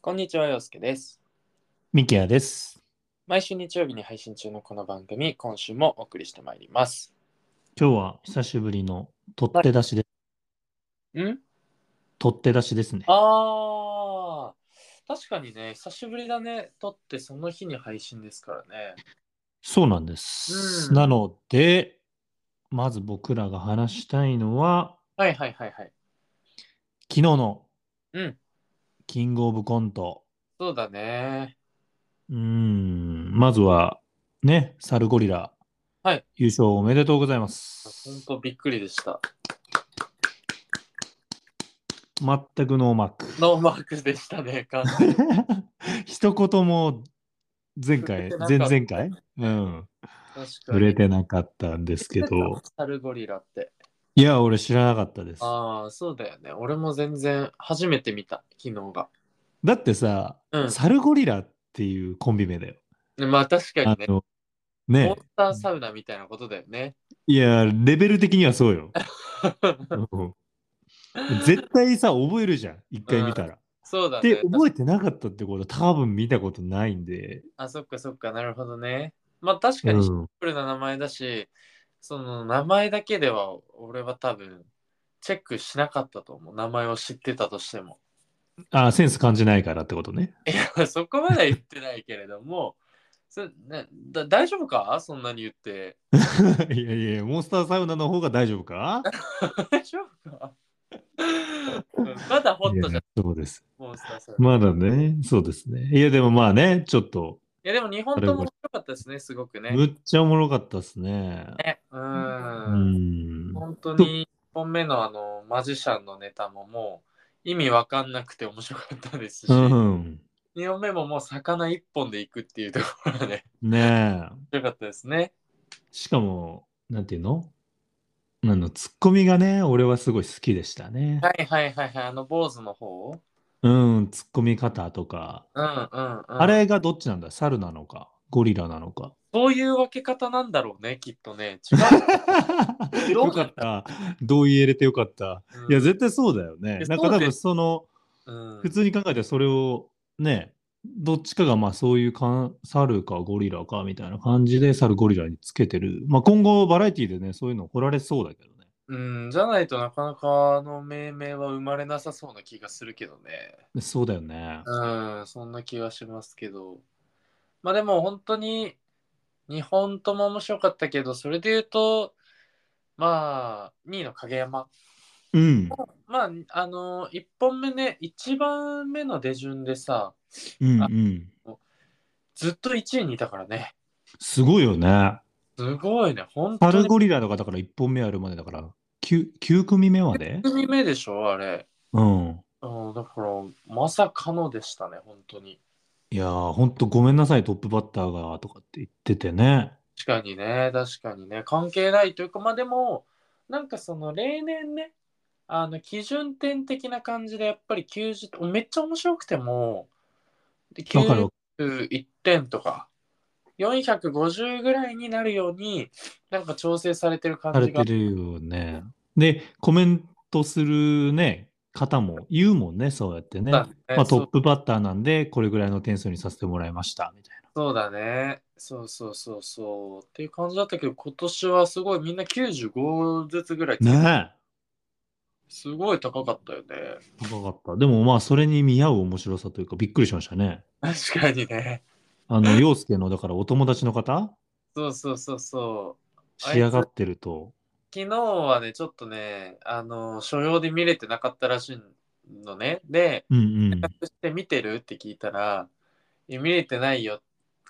こんにちは、陽介です。ミキヤです。毎週日曜日に配信中のこの番組、今週もお送りしてまいります。今日は久しぶりの取っ手出しで、ん取っ手出しですね。あー、確かにね、久しぶりだね。撮ってその日に配信ですからね。そうなんです。うんなので、まず僕らが話したいのは、はいはいはいはい。昨日のうん、キングオブコント。そうだね。うーん、まずは、ね、サルゴリラ、はい優勝おめでとうございまほんす。とびっくりでした。全くノーマーク。ノーマークでしたね、完全に一言も前回、触れ前てなかった々回、うん、確か触れに。てなかったんですけど、サルゴリラって。いや、俺知らなかったです。あー、そうだよね。俺も全然初めて見た、昨日が。だってさ、うんサルゴリラっていうコンビ名だよ。ねまあ確かにあね、のモンねスターサウナみたいなことだよね。いや、レベル的にはそ うよ。うん絶対さ、覚えるじゃん、一回見たら。そうだね。で、覚えてなかったってこと多分見たことないんで。あ、そっかそっか、なるほどね。まあ確かうにシンん、プルな名前だし、その名前だけでは俺は多分チェックしなかったと思う。名前を知ってたとしても。 あ、センス感じないからってことね。 いや、そこまでは言ってないけれども、 そね、だ大丈夫かそんなに言って。 いやいや、モンスターサウナの方が大丈夫か 大丈夫かうんまだホットいじゃやん、そうです。モンスターサウナ。いまだね、そうですね。いや、でもまあね、ちょっと、や、でも日本とも面白かったですね、すごくね。むっちゃおもろかったっすね。ねう。うんん。本当に1本目のあのマジシャンのネタももう意味わかんなくて面白かったですし、うん。 2本目ももう魚1本でいくっていうところでねえ。面白かったですね。しかも、なんていうのあの、ツッコミがね、俺はすごい好きでしたね。はいはいはいはい、あの坊主の方うん、ツッコミ方とか。うんうんうん。あれがどっちなんだ猿なのかゴリラなの か。そういう分け方なんだろうね、きっと ね。違う。よかった。同意入れてよかった。いや、うん絶対そうだよねえ。なんそかう多で分その、うん普通に考えてそれをね、どっちかがまあそういうかん猿かゴリラかみたいな感じで猿ゴリラにつけてる。まあ今後バラエティでね、そういうの掘られそうだけどね。うん、じゃないとなかなかあの命名は生まれなさそうな気がするけどね。そうだよね。うん、そんな気はしますけど。まあでも本当に日本とも面白かったけど、それで言うと、まあ、2位の影山。うん。まあ、あの、1本目ね、1番目の出順でさ、うんうあん。ずっと1位にいたからね。すごいよね。すごいね、本当パルに。ゴリラの方から1本目あるまでだから、9, 9組目まで1組目でしょ、あれ。うん。うん、だから、まさかのでしたね、本当に。いやー、ほんとごめんなさい、トップバッターが、とかって言っててね。確かにね、確かにね、関係ないというか、まあでも、なんかその例年ね、あの基準点的な感じで、やっぱり90、めっちゃ面白くても、でわかる91点とか、450ぐらいになるように、なんか調整されてるさ感れじがて、るよね。で、コメントするね、方も言うもんね、そうやってね。だまねあ、そトうップバッターなんで、これぐらいの点数にさせてもらいました、みたいそうだね、そうそうそうそう、っていう感じだったけど、今年はすごいみんな95ずつぐらい、な。ねすごい高かったよね。え。高かった。でもまあ、それに見合う面白さというか、びっくりしましたね。確かにね。あの、洋介の、だからお友達の方そうそうそうそう。仕上がってると。昨日はね、ちょっとね、あの、所要で見れてなかったらしいのね。で、うんうん。そして見てるって聞いたら、いや見れてないよ。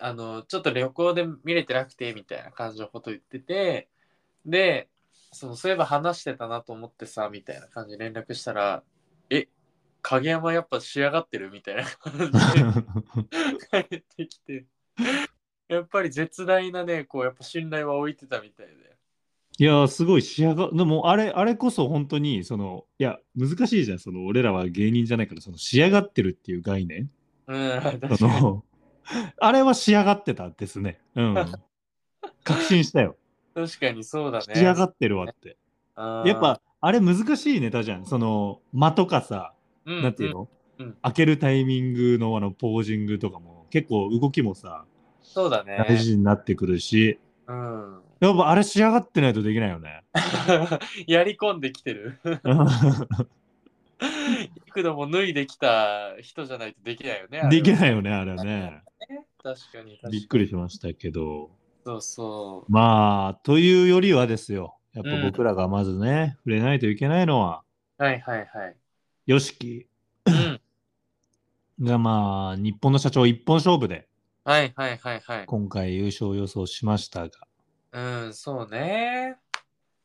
あの、ちょっと旅行で見れてなくて、みたいな感じのこと言ってて、で、そのそういえば話してたなと思ってさ、みたいな感じで連絡したら、え、影山やっぱ仕上がってるみたいな感じで帰ってきて、やっぱり絶大なね、こう、やっぱ信頼は置いてたみたいで。 いやー、すごい仕上が、でもあれ、あれこそ本当に、その、いや、難しいじゃん、その、俺らは芸人じゃないから、その、仕上がってるっていう概念。うん、確かにそ の、あれは仕上がってたですね。うん。確信したよ。確かに そうだね。仕上がってるわって。あーやっ、ぱ、あれ難しいネタじゃん。その、間とかさ、うんなんていうの、うん開けるタイミングのあのポージングとかも結構動きもさ、そうだね。大事になってくるし、うん。 やっぱあれ仕上がってないとできないよね。やり込んできてる。 幾度も脱いできた人じゃないとできないよね。あれは できないよね、あれはね。確かに確かに。びっくりしましたけど。そうそう。まあ、というよりはですよ。やっうんぱ僕らがまずね、触れないといけないのは、はいはい はい。ヨシキうん。がまあ、日本の社長一本勝負で、はいはいはいはい。今回優勝予想しましたが、うん、そうね。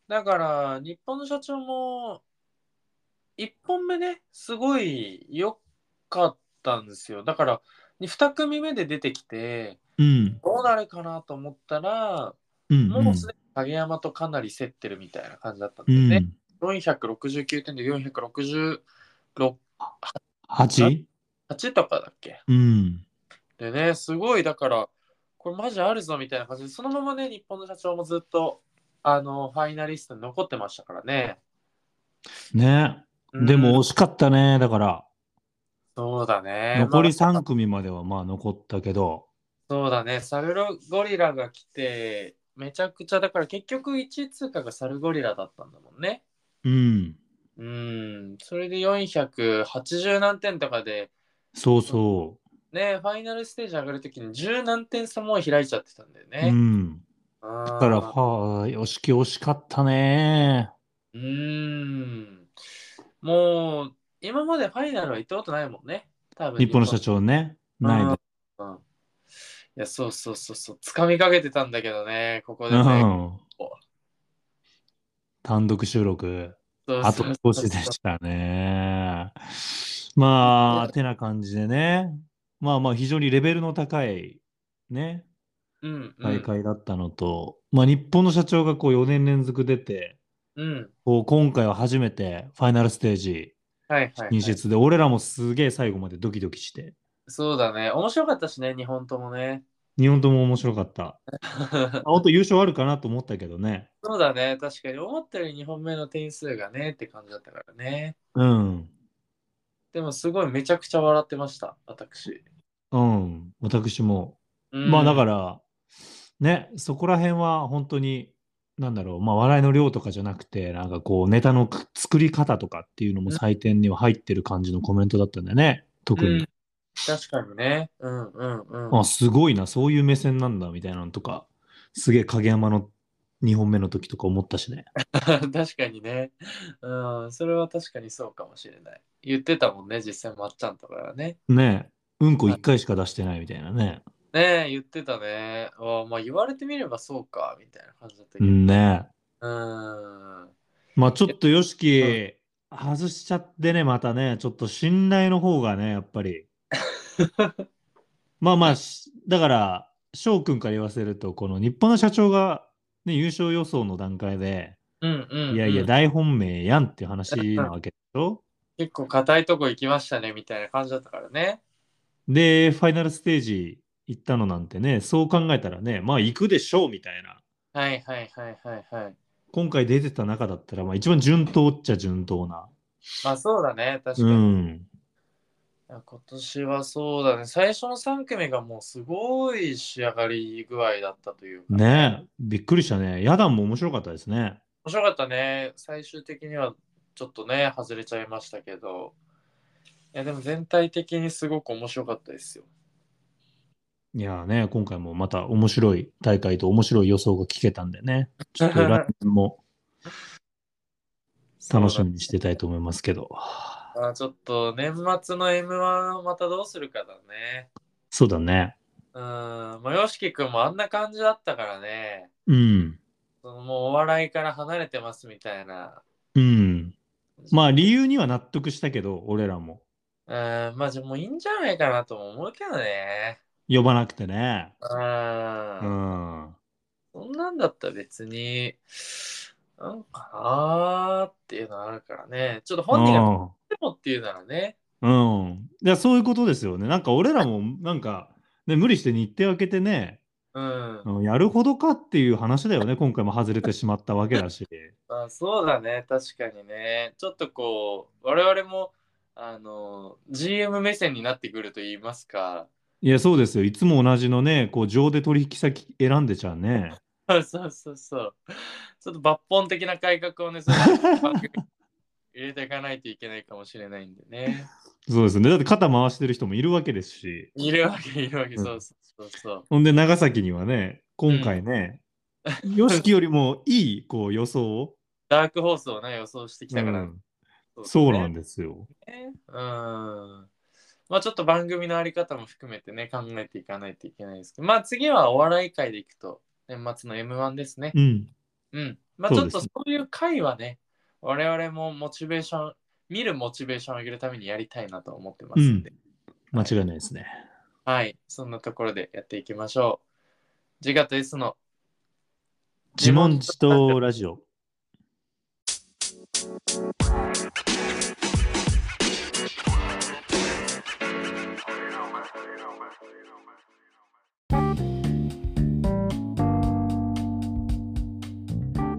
だから、日本の社長も、1本目ね、すごい良かったんですよ。だから、2組目で出てきて、うん、どうなるかなと思ったら、うん、もうすでに影山とかなり競ってるみたいな感じだったんうだよん、ね。469点で466、 8? 8とかだっけうん、でね、すごい、だから、これマジあるぞみたいな感じで、そのままね、日本の社長もずっと、あの、ファイナリストに残ってましたからね。ね。うんでも惜しかったね。だから、そうだね。残りまあ3組まではまあ残ったけど、そうだね。サルゴリラが来て、めちゃくちゃ、だから結局1位通過がサルゴリラだったんだもんね。うん、うん。それで480何点とかで、そうそね、ファイナルステージ上がるときに10何点差もう開いちゃってたんだよう。うね。ん。だだから、はあ、よしき惜しかったね。うーん。もう、今までファイナルは行ったことないもんね。多分日本の社長ね。ないで。長。うん。いや、そうそうそうそう。掴みかけてたんだけどね、ここでうね。んこ単独収録、そうあとそう少そうしでしたね。まあ、てな感じでね。まあまあ、非常にレベルの高い、ね、うん、うん。大会だったのと、まあ、日本の社長がこう4年連続出て、うん。こう今回は初めてファイナルステージはいはい、はい。進出で、俺らもすげえ最後までドキドキして、そうだね。面白かったしね、日本ともね。 日本とも面白かった。あ本当優勝あるかなと思ったけどね。そうだね。確かに、思ったより2本目の点数がねって感じだったからね。うん。でも、すごいめちゃくちゃ笑ってました、私。うん。私もうんまあだから、ね、そこら辺は本当に、なんだろう、まあ笑いの量とかじゃなくて、なんかこう、ネタのく作り方とかっていうのも採点には入ってる感じのコメントだったんだよね、特うにん。確かにね。うんうんうん。あ、すごいな、そういう目線なんだ、みたいなのとか、すげえ影山の2本目の時とか思ったしね。 確かにね。うん、それは確かにそうかもしれない。言ってたもんね、実際、まっちゃんとかがね。ねえ、うんこ1回しか出してないみたいなね。ねえ、言ってたね。あまあ、言われてみればそうか、みたいな感じだったけうど。んねえ。うん。まあちょっとよしき、外しちゃってね、またね、ちょっと信頼の方がね、やっ ぱり。まあまあ、しだから、翔くんから言わせると、この日本の社長が、ね、優勝予想の段階で、うんうん、うん。いやいや、大本命やんっていう話なわけでしょ。結構硬いとこ行きましたね、みたいな感じだったからね。で、ファイナルステージ行ったのなんてね、そう考えたらね、まあ行くでしょうみたいな。はいはいはいはいはい。今回出てた中だったら、まあ一番順当っちゃ順当な。まあ、そうだね、確うかに。ん。いや今年はそうだね、最初の3組がもうすごい仕上がり具合だったというか。ねえ、びっくりしたね。ヤダンも面白かったですね。面白かったね。最終的にはちょっとね、外れちゃいましたけど。いや、でも全体的にすごく面白かったですよ。いやーね、今回もまた面白い大会と面白い予想が聞けたんでね、ちょっと来年も 楽しみにしてたいと思いますけそうど、だね。あちょっと年末の M1 をまたどうするかだね。そうだね。うん、まあ、よしきくんもあんな感じだったからね。うん。そのもうお笑いから離れてますみたいな。うん。まあ理由には納得したけど、俺らも。うん、まあ、じゃあもういいんじゃないかなとも思うけどね。呼ばなくてね。うんう。ん。そんなんだったら別に、なんかなーっていうのあるからね。ちょっと本人がどうしてもっていうならね。うん。うん。いや、そういうことですよね。なんか俺らも、なんか、ね、無理して日程を開けてね、うん。うんやるほどかっていう話だよね。今回も外れてしまったわけだし。まあ、そうだね。確かにね。ちょっとこう、我々も、あの、GM 目線になってくると言いますか、 いや、そうですよ。いつも同じのね、こう、上で取引先選んでちゃうね。そうそうそうそう。ちょっと抜本的な改革をね、 それは入れていかないといけないかもしれないんでね。そうですね。だって肩回してる人もいるわけですし。いるわけ、いるわけ、うんそうそうそうそう。ほんで、長崎にはね、今回ね、よしきよりもいい、こう、予想を。ダークホースをね、予想してきたから。うんそうなんでですよ。すね。うん。まあちょっと番組のあり方も含めてね、考えていかないといけないですけど、まあ次はお笑い界でいくと、年末の M1 ですね。うん。うん。まあちそうょっですとねそういう回はね、我々もモチベーション、見るモチベーションを上げるためにやりたいなと思ってますんで、間違いないですね。はい。そんなところでやっていきましょう。自我と S の自問自答ラジオ。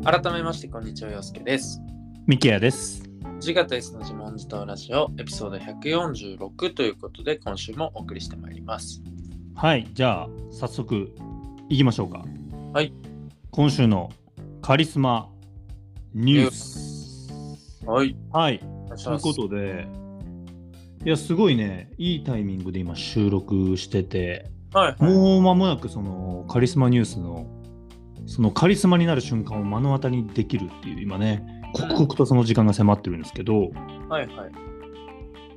改めまして、こんにちは、洋介です。ミケヤです。自我と S の自問自答ラジオ、エピソード146ということで、今週もお送りしてまいります。はい、じゃあ、早速、いきましょうか。はい。今週のカリスマニュース。はい。はい。お願いしといまうすことで、いや、すごいね、いいタイミングで今収録してて、はい、はい。もう間もなくそのカリスマニュースの、そのカリスマになる瞬間を目の当たりにできるっていう、今ね、刻々とその時間が迫ってるんですけど、はい、はい。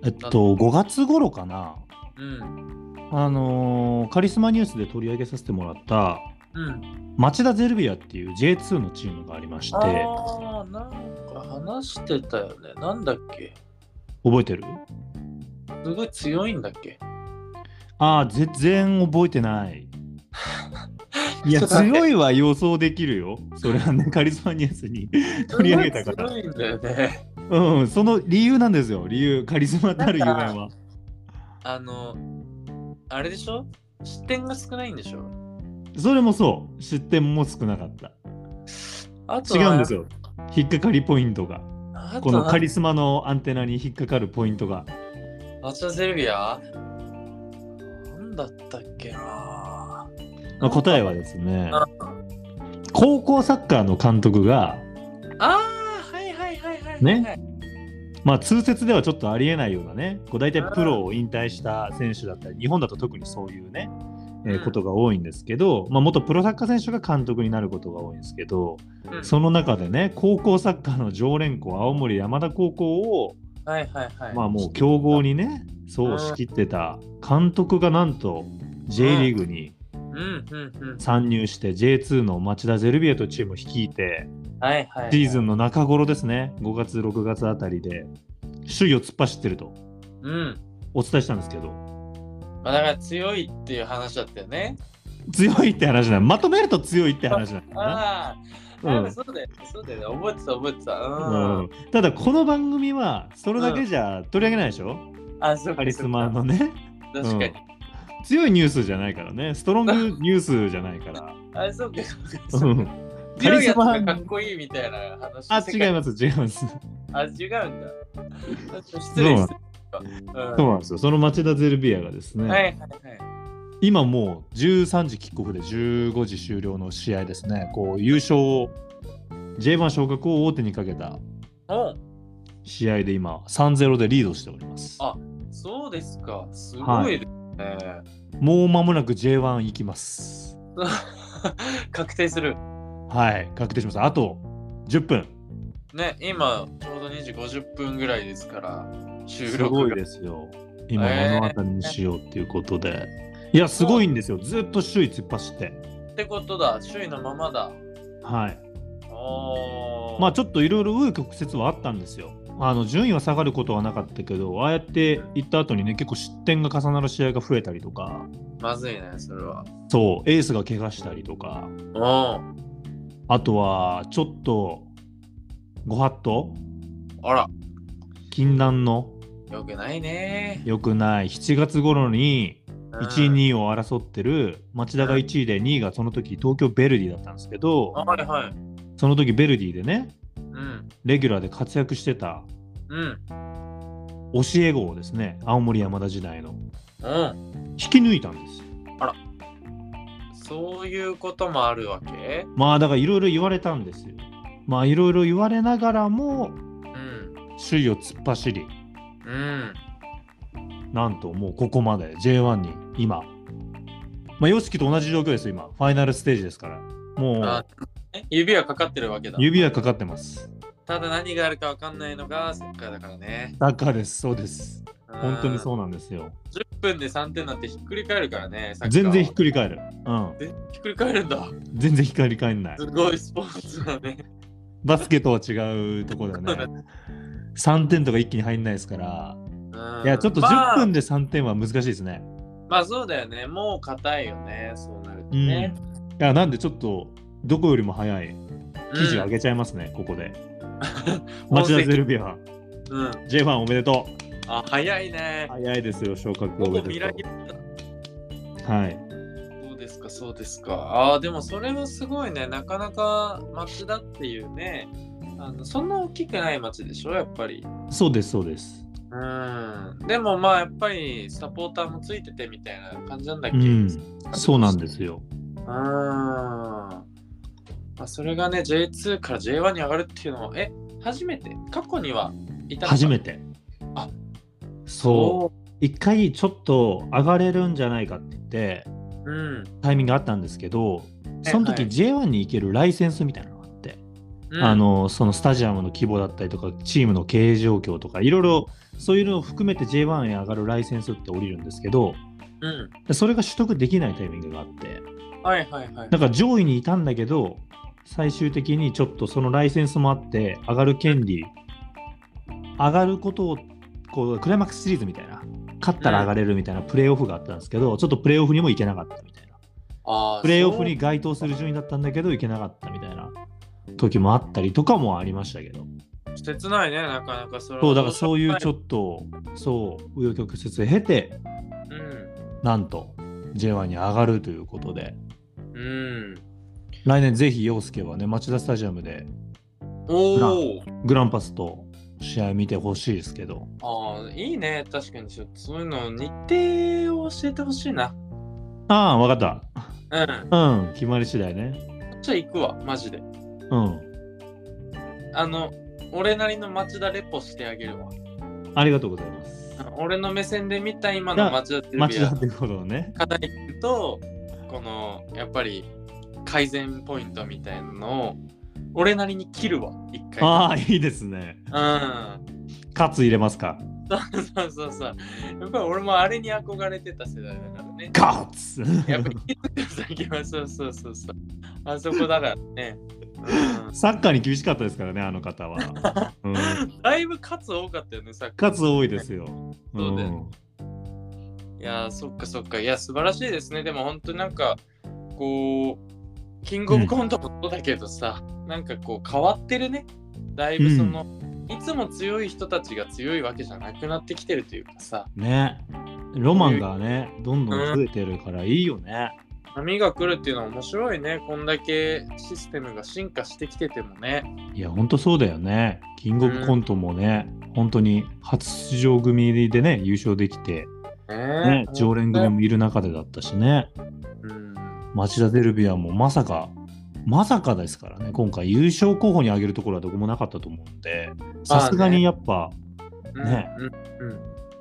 えっと、5月頃かな、うん。あのーカリスマニュースで取り上げさせてもらった、うん。町田ゼルビアっていう J2 のチームがありまして、ああ、なんか話してたよね。なんだっけ覚えてるすごい強いんだっけああ、全然覚え てない。いや、ちょっと待って強いは予想できるよ。それはね、カリスマニュースに取り上げたから。すごい強いんだよね。うん、その理由なんですよ、理由、カリスマたるゆえんなんは。あの、あれでしょ失点が少ないんでしょそれもそう、失点も少なかった。あと違はうんですよ、引っかかりポイントが。あとこのはカリスマのアンテナに引っかかるポイントが。マチャゼルビアなんだったっけなまあ答えはですねあ、高校サッカーの監督が、ああはいはいはいはいはい、ねまあ、通説ではちょっとありえないようなね、こう大体プロを引退した選手だったり、日本だと特にそういうね、えーうんことが多いんですけど、まあ、元プロサッカー選手が監督になることが多いんですけど、うんその中でね、高校サッカーの常連校、青森山田高校を、はいはいはいまあもう強豪にね、そう仕切ってた監督がなんと J リーグにうんうんうん参入して J2 の町田ゼルビエというチームを率いて、はいはいはいシーズンの中頃ですね、5月、6月あたりで、首位を突っ走ってるとうんお伝えしたんですけど、まあだから強いっていう話だったよね強いって話なの、まとめると強いって話なのかああ、な。あそうだよねそうだよね覚えてた覚えてたうんううんん、ただこの番組はそれだけじゃ取り上げないでしょ、あそうかカリスマのねそうか確かに、うん強いニュースじゃないからねストロングニュースじゃないから、あそうかそうか そううかん、 カ強いリやつスがマかっこいいみたいな話あ世違界います違いますあ違うんだ失礼失礼うんそうなんですよその町田ゼルビアがですね、はいはいはい今もう13時キックオフで15時終了の試合ですねこう優勝を J1 昇格を大手にかけたおう試合で今3-0でリードしておりますあそうですか。すごいですね。 もう間もなく J1 行きます。確定する。はい、確定しました。あと10分。ね、今、ちょうど2時50分ぐらいですから、収す録ごいがですよ。今、えー目の当たりにしようっていうことで。いや、すごいんですよ。ずっと首位突っ走って。ってことだ。周囲のままだ。はい。おーまあ、ちょっといろいろ紆余曲折はあったんですよ。あの順位は下がることはなかったけど、ああやって行った後にね、結構失点が重なる試合が増えたりとか、まずいね、それは。そう、エースが怪我したりとか、おーあとはちょっと、ご法度あら、禁断のよくないね。良くない7月頃にうん1位、2位を争ってる町田が1位で2位がその時東京ベルディだったんですけどはいはい。その時ベルディでねうん。レギュラーで活躍してたうん。教え子をですね青森山田時代のうん。引き抜いたんですよそういうこともあるわけまあだからいろいろ言われたんですよまあいろいろ言われながらもうん。首位を突っ走りうん。なんともうここまで J1 に今、まあ、YOSHIKI と同じ状況ですよ今ファイナルステージですからもあえ指はかかってるわけだう。指輪かかってますただ何があるかわかんないのがサッカーだからね。サッカーですそうです本当にそうなんですようん。10分で3点なんてひっくり返るからね、サッカーは全然ひっくり返るうんえひっくり返るんだ。全然ひっくり返んないすごいスポーツだね。バスケとは違うところだよね3点とか一気に入んないですからうんいやちょっとま10あ分で3点は難しいですね、まあそうだよね。もう硬いよね。そうなるとね。うんいやなんでちょっとどこよりも早い記事上げげちゃいますね、こ こで音町田声ゼルビアうん。 J1 おめでとうあ、早いね。早いですよ、昇格ほおぼめ未で来とう。はい。そうですか、そうですか。ああ、でもそれはすごいね。なかなか町だっていうね。あのそんな大きくない町でしょ、やっぱり。そうです、そうです。うん。でもまあ、やっぱりサポーターもついててみたいな感じなんだっけ。ううんん。。そうなんですよ。まあ、それがね、J2 から J1 に上がるっていうのは、え、初めて過去にはいたのか初めて。あそう。一回ちょっと上がれるんじゃないかって言って、う。うん。タイミングがあったんですけど、えその時はい J1 に行けるライセンスみたいなのがあって、うんあ、の、そのスタジアムの規模だったりとか、チームの経営状況とか、いろいろそういうのを含めて J1 へ上がるライセンスって降りるんですけど、うん。それが取得できないタイミングがあって、はいはいはいな。んか上位にいたんだけど、最終的にちょっとそのライセンスもあって、上がる権利、上がることを、こう、クライマックスシリーズみたいな、勝ったら上がれるみたいなプレーオフがあったんですけど、ちょっとプレーオフにも行けなかったみたいな。あープレーオフに該当する順位だったんだけど、行けなかったみたいな時もあったりとかもありましたけど。そう切ないね、なかなかそれはそう、だからそういうちょっっと、そう、紆余曲折経て、と。うん。なんと、J1 に上がるということで、うん。来年ぜひ陽介はね、町田スタジアムでおグランパスと試合見てほしいですけど、お。ああ、いいね。確かにちょっとそういうの日程を教えてほしいな。ああ、わかっうん。た。うん、決まり次第ね。じゃあ行くわ、マジで。うん、あの、俺なりの町田レポしてあげるわ。ありがとうございます。俺の目線で見た今の町田テレ町ビ田やってことをね。課題と、この、やっぱり改善ポイントみたいなのを、俺なりに切るわ、一回。ああ、いいですね。うん。カツ入れますか。そうそうそう。やっぱり俺もあれに憧れてた世代だからね。カツ やっぱり気づく先はそうそうそうそう。あそこだからね。 サッカーに厳しかったですからね、あの方は。うん、うん、だいぶ数多かったよね、さっき。カツ多いですよ。そうだよんいやー、そっかそっか。いや、素晴らしいですね。でも本当になんか、こう、キングオブコントもそうだけどさ、なんかこう、変わってるね。だいぶその、いつも強い人たちが強いわけじゃなくなってきてるというかさ、ね。ロマンがね、どんどん増えてるからいいよね。波が来るっていうのは面白いね。こんだけシステムが進化してきててもね。いや、ほんとそうだよね。キングオブコントもね、本当に初出場組でね、優勝できて、ねね、常連組もいる中でだったしね、うん町田ゼルビアもまさか、まさかですからね、今回優勝候補に挙げるところはどこもなかったと思うんで、さすがにやっぱねうん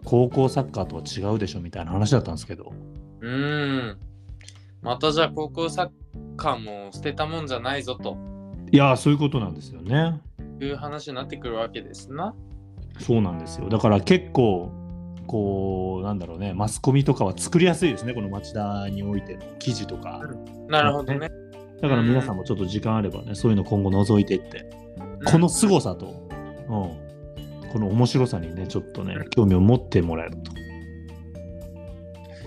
高校サッカーとは違うでしょみたいな話だったんですけど、うん、うんまたじゃあ高校サッカーも捨てたもんじゃないぞといやー、そういうことなんですよね。いう話になってくるわけですな。そうなんですよ。だから結構、こう、なんだろうね、マスコミとかは作りやすいですね、この町田においての記事とか。なるほどね。だから皆さんもちょっと時間あればね、そういうの今後覗いてって、この凄さと、うん、この面白さにね、ちょっとねうん、興味を持ってもらえると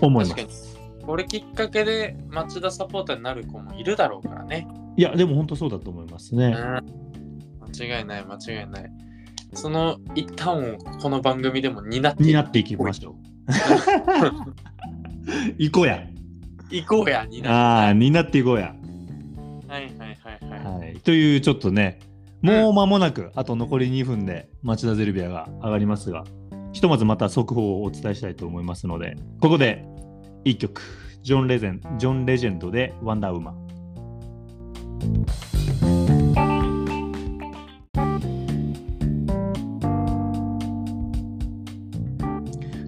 思いま確かす。これきっかけで町田サポーターになる子もいるだろうからね。いや、でも本当そうだと思いますうん、ね。間違いない間違いない。その一端をこの番組でも担ってに なっていきましょう。行こうや。いこうや、担って。ああ、になっていこうや。はいはいはいはい。はい、というちょっとね、もう間もなく、あと残り2分で町田ゼルビアが上がりますが、ひとまずまた速報をお伝えしたいと思いますので、ここで1曲、ジョン・レジェンジョンレジェンドでワンダーウーマン。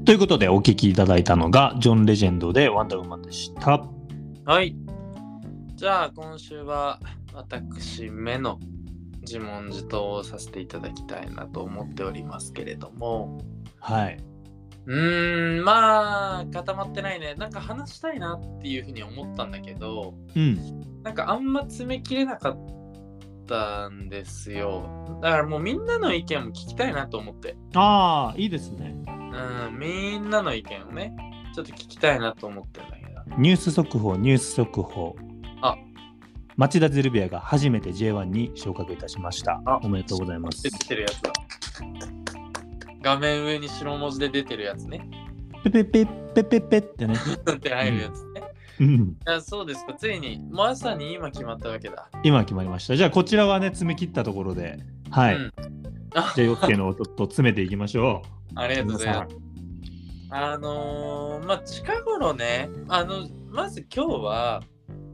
ということでお聞きいただいたのがジョン・レジェンドでワンダーウーマンでした。はい。じゃあ今週は私目の自問自答をさせていただきたいなと思っておりますけれどもはい。うーんまあ固まってないねなんか話したいなっていうふうに思ったんだけどうん。なんかあんま詰めきれなかったんですよだからもうみんなの意見も聞きたいなと思ってああ、いいですね。うんみんなの意見をねちょっと聞きたいなと思ってんだけどニュース速報、ニュース速報。あ町田ゼルビアが初めて J1 に昇格いたしましたあ。おめでとうございます出。てるやつだ画面上に白文字で出てるやつね ペペペペペペってね。って入るやつね。 うん。あそうですか、ついに、まさに今決まったわけだ。今決まりました。じゃあこちらはね、詰め切ったところで、はい。うんあじゃあ、ヨッケのをちょっと詰めていきましょありう。がとうございます皆。あのー、まあ、近頃ね、あの、まず今日は、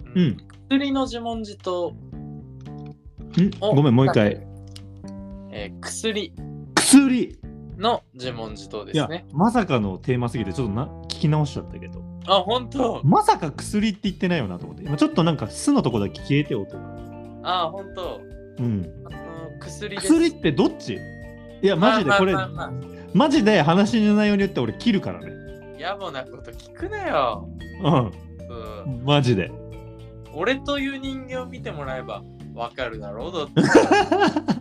さんうん。薬の自問自答、んおごめん、もう一回。えー薬薬の自問自答でいすやね。、まさかのテーマすぎて、ちょっとな聞き直しちゃったけど、あ、本当まさか薬って言ってないよなと思って、今ちょっとなんか、すのとこだけ消えて音が。あ、本当うん。あのー薬です。薬ってどっちいや、マジでこれま、あまあまあまマジで話の内容によって俺切るからね。あ野暮なこと聞くなよ。う、うん ん、マジで。俺という人間を見てもらえばわかるだろうだって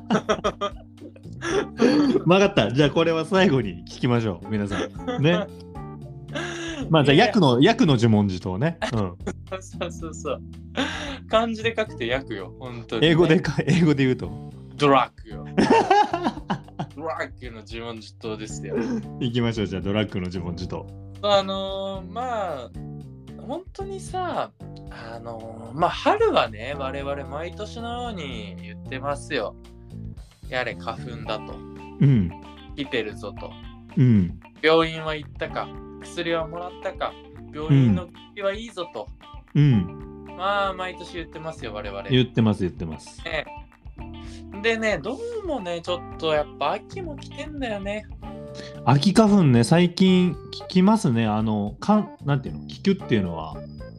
分かった。じゃあこれは最後に聞きましょう、皆さん。ね。 まあじゃあ、いやいや役の、役の呪文字とね。うん。 そうそうそう。漢字で書くと訳よ、本当に、英語で。か、英語で言うと。ドラッグ よ。ドラッグの自問自答ですよ。いきましょう、じゃあ、ドラッグの呪文字と。あのーまあ、本当にさ、あのーまあ、春はね、我々毎年のように言ってますよ。やれ、花粉だと。うん。来てるぞと。うん。病院は行ったか、薬はもらったか、病院の薬はいいぞと。うん。まあ、毎年言ってますよ、我々。言ってます、言ってます。でね、どうもね、ちょっとやっぱ秋も来てんだよね。秋花粉ね、最近聞きますね。あの、かん、なんていうの、聞くっていうのは、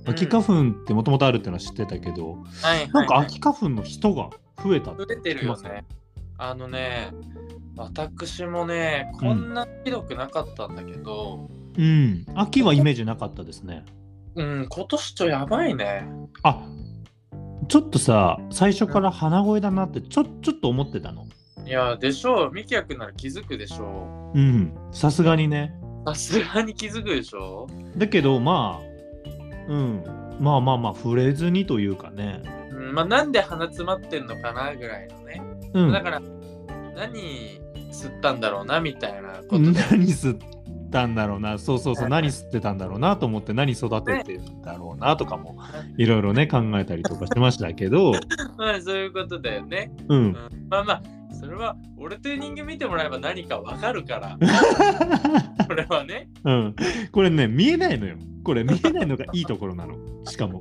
秋花粉ってもともとあるっていうのは知ってたけど、はいはいはい、なんか秋花粉の人が増えたって増えてるよね。あのね、私もね、こんなひどくなかったんだけど、うん。秋はイメージなかったですね。うん、今年ちょやばいね。あちょっとさ、最初から鼻声だなってちょ、ちょっと思ってたの。いや、でしょう、ミキヤ君なら気づくでしょうん。さすがにね。う。さすがに気づくでしょだけど、まあ、うん。まあまあまあ、触れずにというかね。う。うん、まあ、なんで鼻詰まってんのかなぐらいのね。うん。だから、何吸ったんだろうなみたいなことで。何吸ったんだろうなそうそうそう何吸ってたんだろうなと思って何育ててんだろうなとかもいろいろね考えたりとかしてましたけどまあ、そういうことだよね。うんうん、まあまあ、それは俺という人間見てもらえば何かわかる から、これはね。うんこれね見えないのよこれ見えないのがいいところなのしかも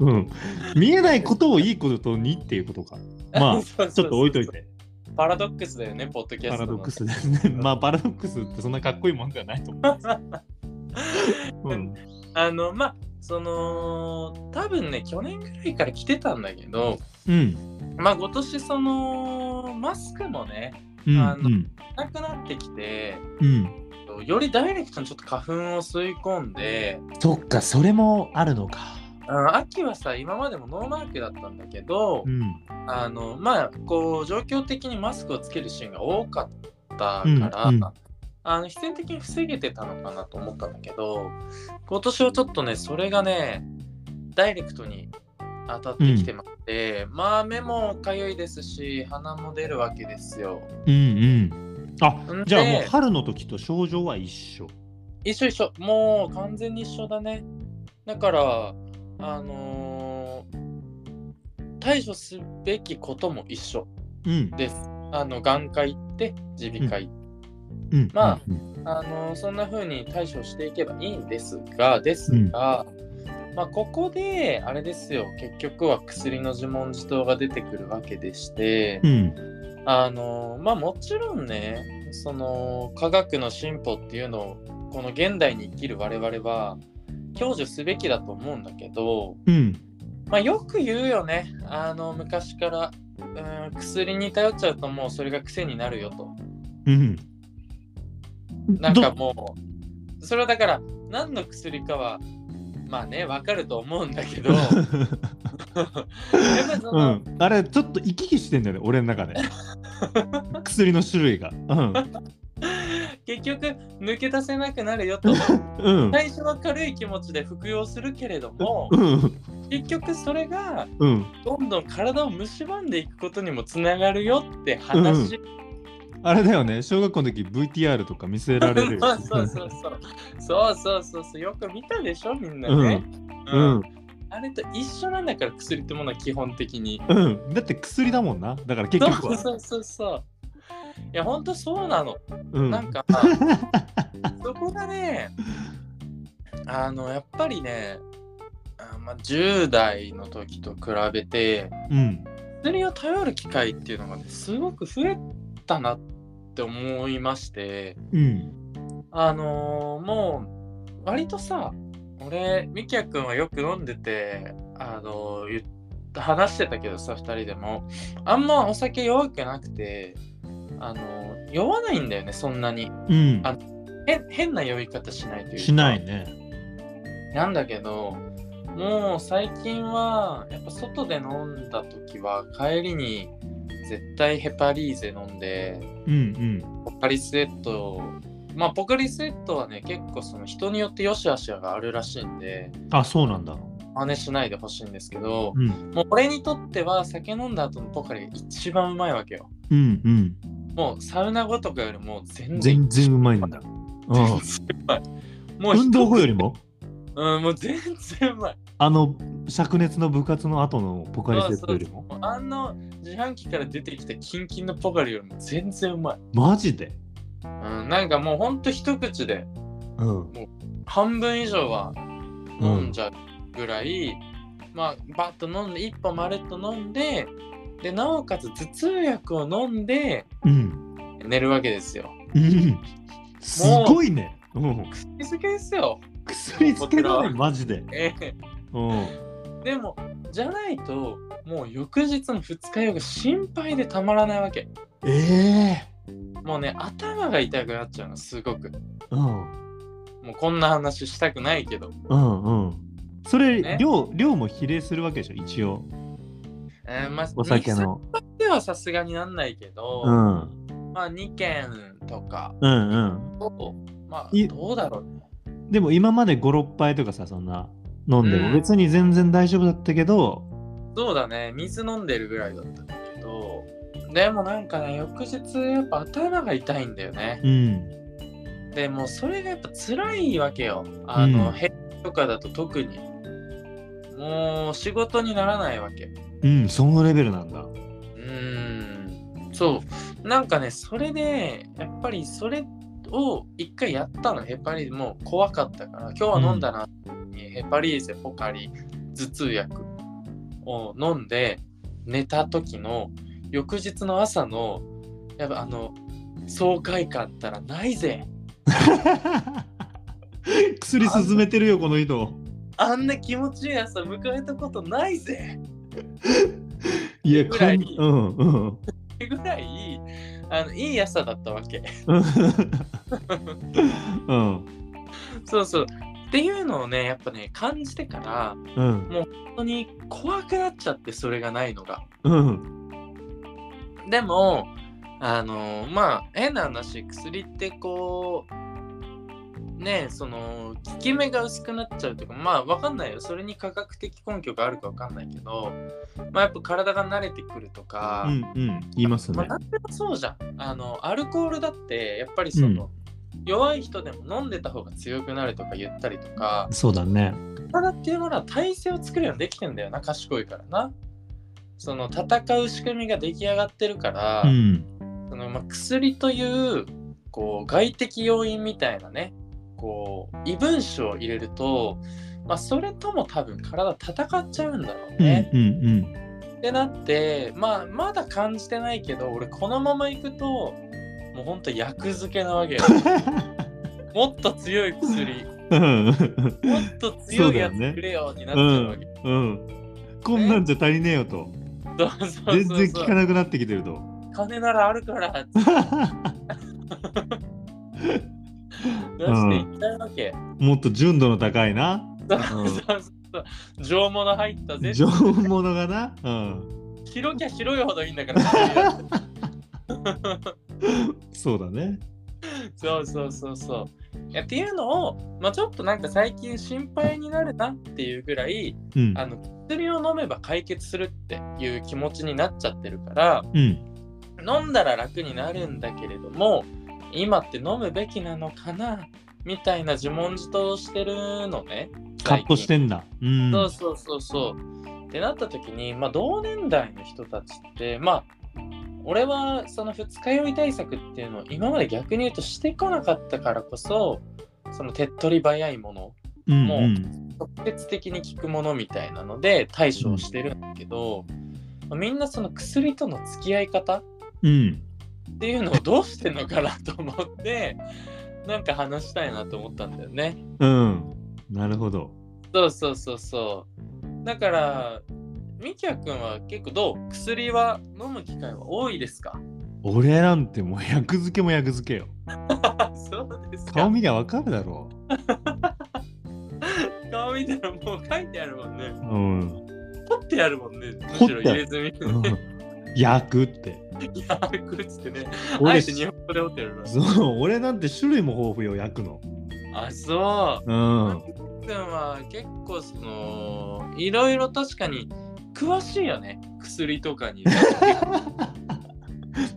うん見えないことをいいことにっていうことかまあ ちそうそうそうょっと置いといてパラドックスだよね、ポッドキャストパの。ラドックスです ねまあパラドックスってそんなかっこいいもんではないと思うんですけどうんあの、まあ、その、多分ね、去年ぐらいから来てたんだけど、うんまあ、今年、その、マスクもね、うんあのうんなくなってきて、うんよりダイレクトにちょっと花粉を吸い込んで、そっかそれもあるのかうん秋はさ、今までもノーマークだったんだけどう、んあの、まあ、こう、状況的にマスクをつけるシーンが多かったから、うんうんあの必然的に防げてたのかなと思ったんだけど今年はちょっとねそれがねダイレクトに当たってきてまして、まあ目もかゆいですし鼻も出るわけですようんうん。あんでじゃあもう春の時と症状は一緒。一緒一緒もう完全に一緒だねだからあのー対処すべきことも一緒うん。ですあの眼科行って耳鼻科行っうんまあうんあのそんな風に対処していけばいいんですがですが、まあ、ここであれですよ結局は薬の自問自答が出てくるわけでして、うんあのまあもちろんねその科学の進歩っていうのをこの現代に生きる我々は享受すべきだと思うんだけど、うんまあ、よく言うよねあの昔から、うん、薬に頼っちゃうともうそれが癖になるよと。うんなんかどもうそれはだから何の薬かはまあね分かると思うんだけ どやっぱり そうの、ん、あれちょっと行き来してんだよね俺の 中で薬の種類がうん結局抜け出せなくなるよとうん最初は軽い気持ちで服用するけれどもうん結局それがうんどんどん体を蝕んでいくことにもつながるよって話、あれだよね小学校の時 VTR とか見せられる そうそうそうそうそうそうそうそうよく見たでしょみんなね、うんあれと一緒なんだから薬ってものは基本的にうんだって薬だもんなだから結局はそうそうそうそういやほんとそうなの、うんなんかそこがねあのやっぱりねあ、まあ、10代の時と比べてうん薬を頼る機会っていうのがねすごく増えたなって思いましてうんあのーもう割とさ俺みきやくんはよく飲んでてあのー言っ話してたけどさ2人でもあんまお酒弱くなくてあのー酔わないんだよねそんなにうんあ変変な酔い方しないというかしないねなんだけどもう最近はやっぱ外で飲んだ時は帰りに絶対ヘパリーゼ飲んでうんポカリスエットまあポカリスエットはね結構その人によって良し悪しがあるらしいんでうんあそうなんだ真似しないでほしいんですけどうんもう俺にとっては酒飲んだ後のポカリが一番うまいわけようんうんもうサウナ後とかよりも全然全然うまいんだうんうまいもう運動後よりりもうんもう全然うまいあの灼熱の部活の後のポカリセットよりももうあの自販機から出てきたキンキンのポカリよりも全然うまい、マジでうん、なんかもうほんと一口でうん半分以上はう飲んじゃうぐらい、まあバッと飲んで一本まるっと飲んででなおかつ頭痛薬を飲んでうん寝るわけですようんすごいねうん気づけですよ薬つけだねマジでええうんでもじゃないともう翌日の二日酔いが心配でたまらないわけええもうね頭が痛くなっちゃうのすごくうんもうこんな話したくないけどうんうんそれ、ね量量も比例するわけでしょ一応えーまあ、お酒の肉ではさすがになんないけど、うんまあ2軒とかうんうんをまあいどうだろうねでも今まで56杯とかさそんな飲んでも、うん別に全然大丈夫だったけどそうだね水飲んでるぐらいだったんだけどでもなんかね翌日やっぱ頭が痛いんだよねうんでもうそれがやっぱ辛いわけよあの、うんヘッドとかだと特にもう仕事にならないわけうんそのレベルなん だうーんそうなんかねそれでやっぱりそれを一回やったのヘパリーゼもう怖かったから今日は飲んだな、ヘパリーゼポカリ頭痛薬を飲んで寝た時の翌日の朝のやっぱあの爽快感ったらないぜ薬進めてるよこの人あんな気持ちいい朝迎えたことないぜいやぐらいかんうんうんってぐらいあのいい朝だったわけうんそうそうっていうのをねやっぱね感じてからうん本当に怖くなっちゃってそれがないのがうんでもあのまあ変な話薬ってこうねその効き目が薄くなっちゃうというかまあわかんないよそれに科学的根拠があるかわかんないけどまあやっぱ体が慣れてくるとか、うんうん言いますまあね何でもそうじゃんあのアルコールだってやっぱりその、弱い人でも飲んでた方が強くなるとか言ったりとかそうだね体っていうものは体勢を作るようにできてんだよな賢いからなその戦う仕組みが出来上がってるから、うんそのまあ薬というこう外的要因みたいなねこう異分子を入れると、まあ、それとも多分体戦っちゃうんだろううんね。うんってなって、まあ、まだ感じてないけど俺このままいくともうほんと役漬けなわけ よ。もっと強い薬うん。もっと強いやそうつだよねくれよになっちうゃうわけ。ん。うん。こんなんじゃ足りねえよと。そうそうそう全然効かなくなってきてると。金ならあるからって出していっちゃうわけ。もっと純度の高いな。そうそうそう上物入ったぜ。上物がな。うん。広きゃ広いほどいいんだ から。そうだね。そうそうそうそう。いやっていうのを、まあ、ちょっとなんか最近心配になるなっていうぐらいうん。あの薬を飲めば解決するっていう気持ちになっちゃってるからうん。飲んだら楽になるんだけれども今って飲むべきなのかなみたいな自問自答してるのね。カットしてんだ。うん。そうそうそうそう。ってなった時に、まあ、同年代の人たちってまあ俺はその二日酔い対策っていうのを今まで逆に言うとしてこなかったからこそその手っ取り早いものうんもううん。直接的に効くものみたいなので対処をしてるんだけど、まあみんなその薬との付き合い方っうん。ていうのをどうしてんのかなと思ってなんか話したいなと思ったんだよね。うん。なるほど。そうそうそうそう。だから、みきやくんは結構どう薬は飲む機会は多いですか俺なんてもう役付けも役付けよ。そうですか。顔見りゃわかるだろ顔見たらもう書いてあるもんね。う。うん。掘ってあるもんね。む掘っしてあろる入れ墨 うね。ん役って。いや、これっつってね。あ 俺えて日本語で掘ってるの。そう俺なんて種類も豊富よ焼くの。あ、そう。うん。みきやくんは結構その、いろいろ確かに詳しいよね。薬とか にね。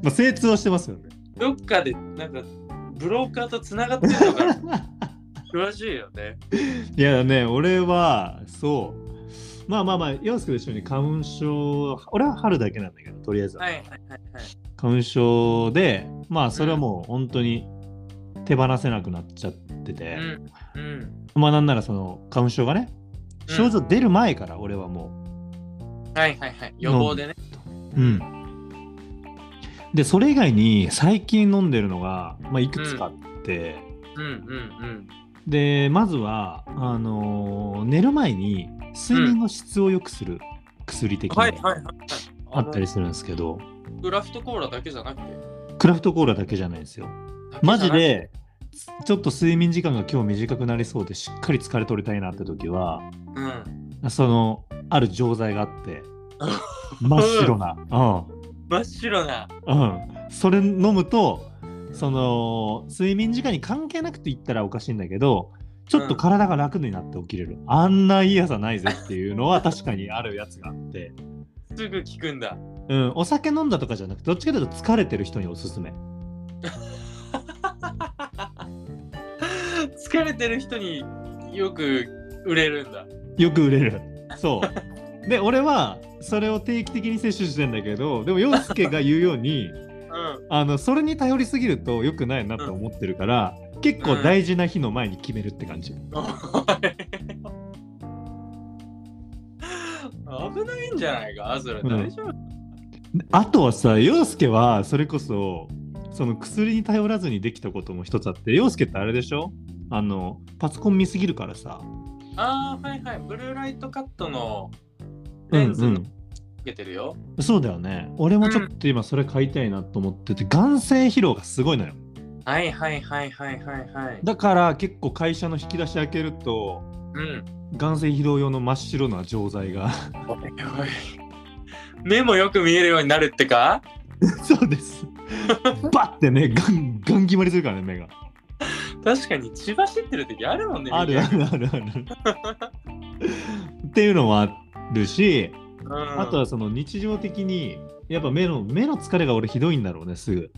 まあ精通はしてますよね。どっかでなんかブローカーと繋がってるのが 詳しいよね。いやね俺はそうまあまあまあ洋介と一緒に花粉症俺は春だけなんだけどとりあえずは、はいはいはいはい。花粉症でまあそれはもう本当に手放せなくなっちゃってて、うんうんまあなんならその花粉症がねうん症状出る前から俺はもはいはいはい予防でねううん。でそれ以外に最近飲んでるのが、まあ、いくつかあって。うんうんでまずはあのー寝る前に睡眠の質を良くする薬うん的はなはいいはいはいあったりすするんですけど、るクラフトコーラだけじゃなくてクラフトコーラだけじゃないんですよマジでちょっと睡眠時間が今日短くなりそうでしっかり疲れ取りたいなって時はうんそのある錠剤があって真っ白な、真っ白なうんうん、それ飲むとその睡眠時間に関係なくて言ったらおかしいんだけどちょっと体が楽になって起きれる、あんないい朝ないぜっていうのは 確かにあるやつがあって、すぐ効くんだ うん、お酒飲んだとかじゃなくてどっちかというと疲れてる人におすすめ疲れてる人によく売れるんだよく売れるそうで俺はそれを定期的に摂取してんだけどでも洋介が言うようにうんあのそれに頼りすぎると良くないなと思ってるから、結構大事な日の前に決めるって感じ、危ないんじゃないかそれうん大丈夫、あとはさ、洋介はそれこそ、その薬に頼らずにできたことも一つあって、洋介ってあれでしょあの、パソコン見すぎるからさ。ああはいはいブルーライトカットのうレんンズうのつん。けてるよ、そうだよね。俺もちょっと今それ買いたいなと思ってて、眼性疲労がすごいのよ。はいはいはいはいはいはいだから結構会社の引き出し開けると、うん眼性疲労用の真っ白な錠剤が。 おいおい目もよく見えるようになるってかそう です。バッてね、ガン、ガン決まりするからね、目が。確かに血走ってる時あるもんね。あるあみんるあるある。 っていうのもあるし、なうん、あとはその日常的にやっぱ目の目の疲れが俺ひどいんだろうねすぐ。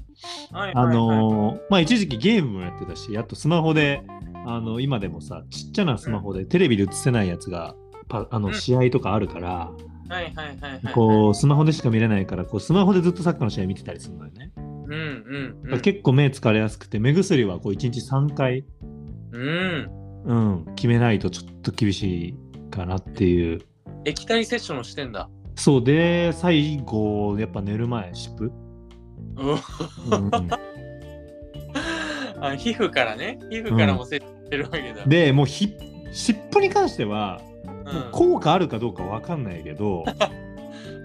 はいはいはい、あのーまあ一時期ゲームもやってたしあとスマホであの今でもさちっちゃなスマホでテレビで映せないやつがパあうのん試合とかあるからはいはいはいはいはい。こうスマホでしか見れないからこうスマホでずっとサッカーの試合見てたりするのよね。う。うんうん、うん。結構目疲れやすくて目薬はこう1日3回、うん。うん、決めないとちょっと厳しいかなっていう液体セッションをしてんだ。そうで最後やっぱ寝る前湿布、うあ皮膚からね。皮膚からもセッションしてるわけだ。ん、でもうひ湿布に関してはうもうん効果あるかどうかわかんない けど、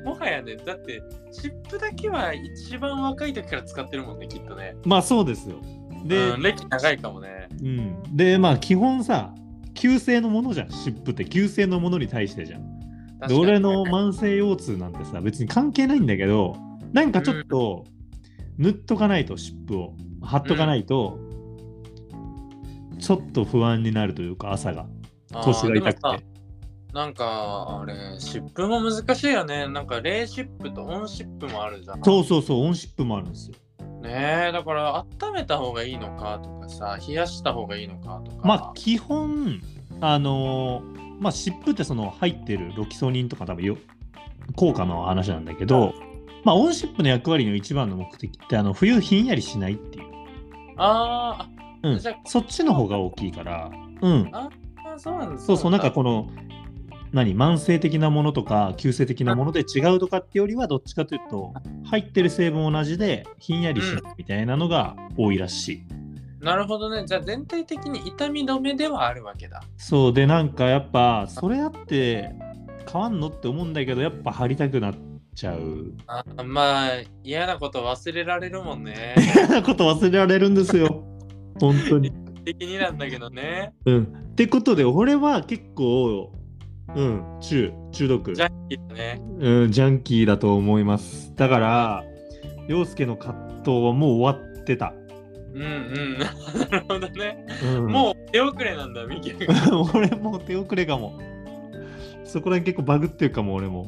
もはやね、だって、湿布だけは一番若い時から使ってるもんね、きっとね。まあそうですよで、うん、歴長いかもね。うん、でまあ基本さ急性のものじゃん湿布って急性のものに対してじゃん確かでに俺の慢性腰痛なんてさ別に関係ないんだけどなんかちょっと塗っとかないと湿布を貼っとかないと、ちょっと不安になるというか朝が腰が痛くあーでもてさなんか、あれ、湿布も難しいよね。なんか、冷湿布と温湿布もあるじゃん。そうそうそう温湿布もあるんですよねえ、だから、温めた方がいいのかとかさ、冷やした方がいいのかとか。まあ基本あのーまあ湿布ってその入ってるロキソニンとか多分よ効果の話なんだけど、まあ、温湿布の役割の一番の目的ってあの冬ひんやりしないっていう、あうん、じゃあそっちの方が大きいから、うん、ーあ、そうなんですそうそうなんかこの何慢性的なものとか急性的なもので違うとかってよりはどっちかというと入ってる成分同じでひんやりしないみたいなのが多いらしい。なるほどね。じゃあ、全体的に痛み止めではあるわけだ。そうでなんかやっぱそれあって変わんのって思うんだけどやっぱ貼りたくなっちゃうあーまあ、嫌なこと忘れられるもん ね。そんなこと忘れられるんですよ 本当に、的になんだけどね。うん、ってことで俺は結構うん中中毒ジャッキーだね。うん、ジャンキーだと思いますだから陽介の葛藤はもう終わってた、うんうん。なるほどね。うん、もう手遅れなんだ、ミキが。う 俺もう手遅れかもそこら辺結構バグってるかも俺も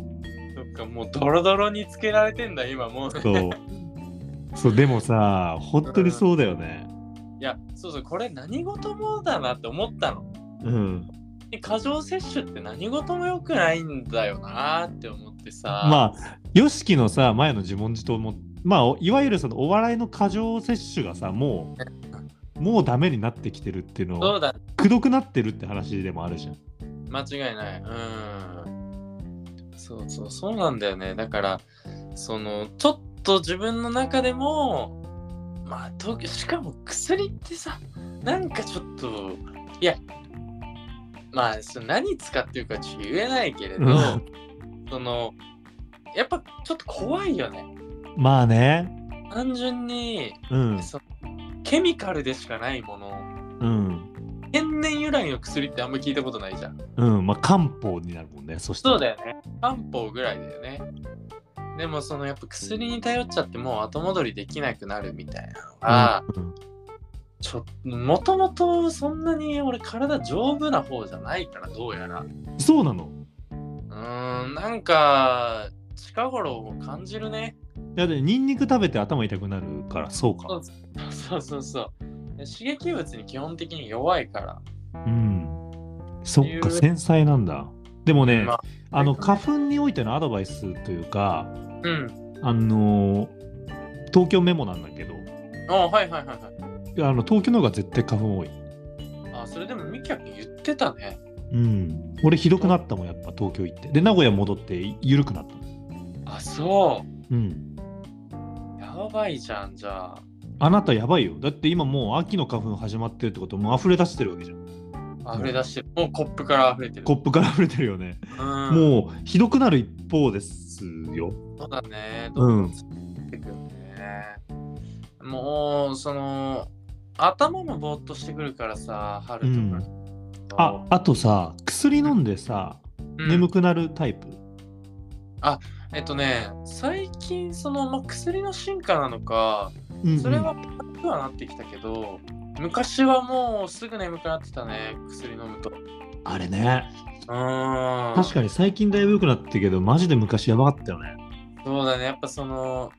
そっか、もうドロドロにつけられてんだ、今もう。そう そうでもさ本当にそうだよねいや、そうそう、これ何事もだなって思ったの。うん過剰摂取って何事も良くないんだよなって思ってさ。まあ YOSHIKI のさ前の自問自答もまあおいわゆるそのお笑いの過剰摂取がさも うもうダメになってきてるっていうのそうをだ、くどくなってるって話でもあるじゃん間違いない。うん。そうそう、そうなんだよね。だから、その、ちょっと自分の中でも、まあ、東京、しかも薬ってさ、なんかちょっと、いや、まあ、その何使ってるかちょっと言えないけれど、うんその、やっぱちょっと怖いよね。まあね単純に、うんそケミカルでしかないもの、うん天然由来の薬ってあんま聞いたことないじゃん。うんまあ漢方になるもんねそしたらそうだよね。漢方ぐらいだよね。でもそのやっぱ薬に頼っちゃってもう後戻りできなくなるみたいなのが、うんちょっともともとそんなに俺体丈夫な方じゃないからどうやら。うそうなのーん、なんか近頃を感じるね。だってニンニク食べて頭痛くなるからそうか そうそうそう。刺激物に基本的に弱いから。うんそっっていかう繊細なんだでもね、まああの花粉においてのアドバイスというかうん。あのー東京メモなんだけどあはいはいはいあの東京の方が絶対花粉多い、はい。あそれでもみきゃくん言ってたね。うん、俺ひどくなったもんやっぱ東京行ってで名古屋戻ってゆるくなったもん、あそう。うん、やばいじゃんじゃあ。あなたやばいよだって今もう秋の花粉始まってるってこともう溢れ出してるわけじゃん溢れ出してる。もうコップから溢れてる。コップから溢れてるよね、うん、もうひどくなる一方ですよそうだね。うどんんどんつってくるね。もう、その、頭もぼーっとしてくるからさ、春とか。ああとさ薬飲んでさ、うん眠くなるタイプえっとね、最近、その、まあ、薬の進化なのか、うんうんそれはなくはなってきたけど、昔はもうすぐ眠くなってたね、薬飲むと。うあれねーん。確かに最近だいぶ良くなったけどマジで昔やばかったよねそうだね、やっぱその、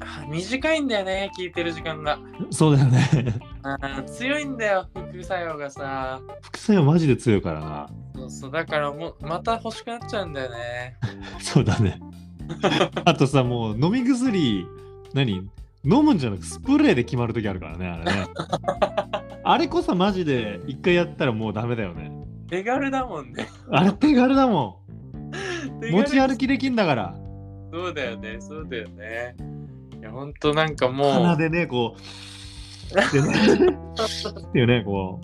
あ短いんだよね、聞いてる時間が。そうだよねあー強いんだよ、副作用がさ。 副作用マジで強いからなそうそうだからもうまた欲しくなっちゃうんだよね。そうだねあとさもう飲み薬何飲むんじゃなくスプレーで決まる時あるからね、あれね。あれこそマジで一回やったらもうダメだよね。手軽だもん ね。あれ手軽だもん。手軽持ち歩きできんだから。そうだよね、そうだよね。いや、ほんとなんかもう。鼻でね、こう。ってねっていうね、こ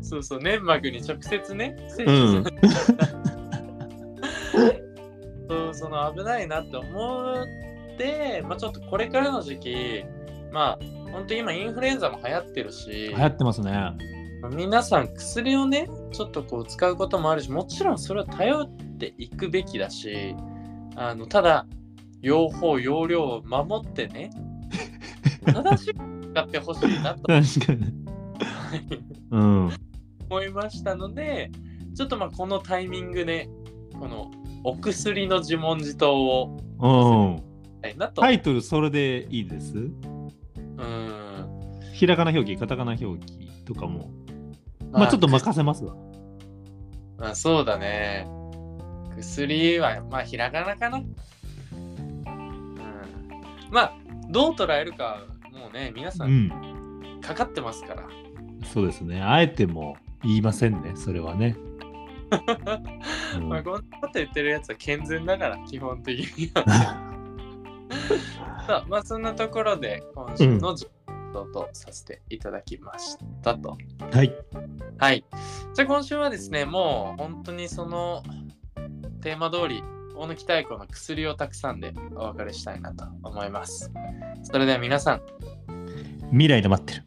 う。そうそう、粘膜に直接ね、接う触んす。ると、その危ないなって思って、まあ、ちょっとこれからの時期、まあ、本当今インフルエンザも流行ってるし流、行ってますね。皆さん薬をね、ちょっとこう使うこともあるし、もちろんそれは頼っていくべきだし、あのただ、用法、用量を守って ね、正しく使ってほしいなと確かに。うん。思いましたのでちょっとまあこのタイミングでこのお薬の自問自答をうん。したいなと、タイトル、それでいいです。うーんひらがな表記、カタカナ表記とかも。まあちょっと任せますわ。まあそうだね薬はまあひらがなかな、うん、まあどう捉えるかもうね皆さうんん。かかってますから、そうですね。あえても言いませんね、それはね。うんまあ、こんなこと言ってるやつは健全だから基本的にはさあまあそんなところで今週の自問自答とさせていただきましたと、はい。はい。じゃあ今週はですね、もう本当にそのテーマ通り、大貫太鼓の薬をたくさんでお別れしたいなと思います。それでは皆さん、未来で待ってる。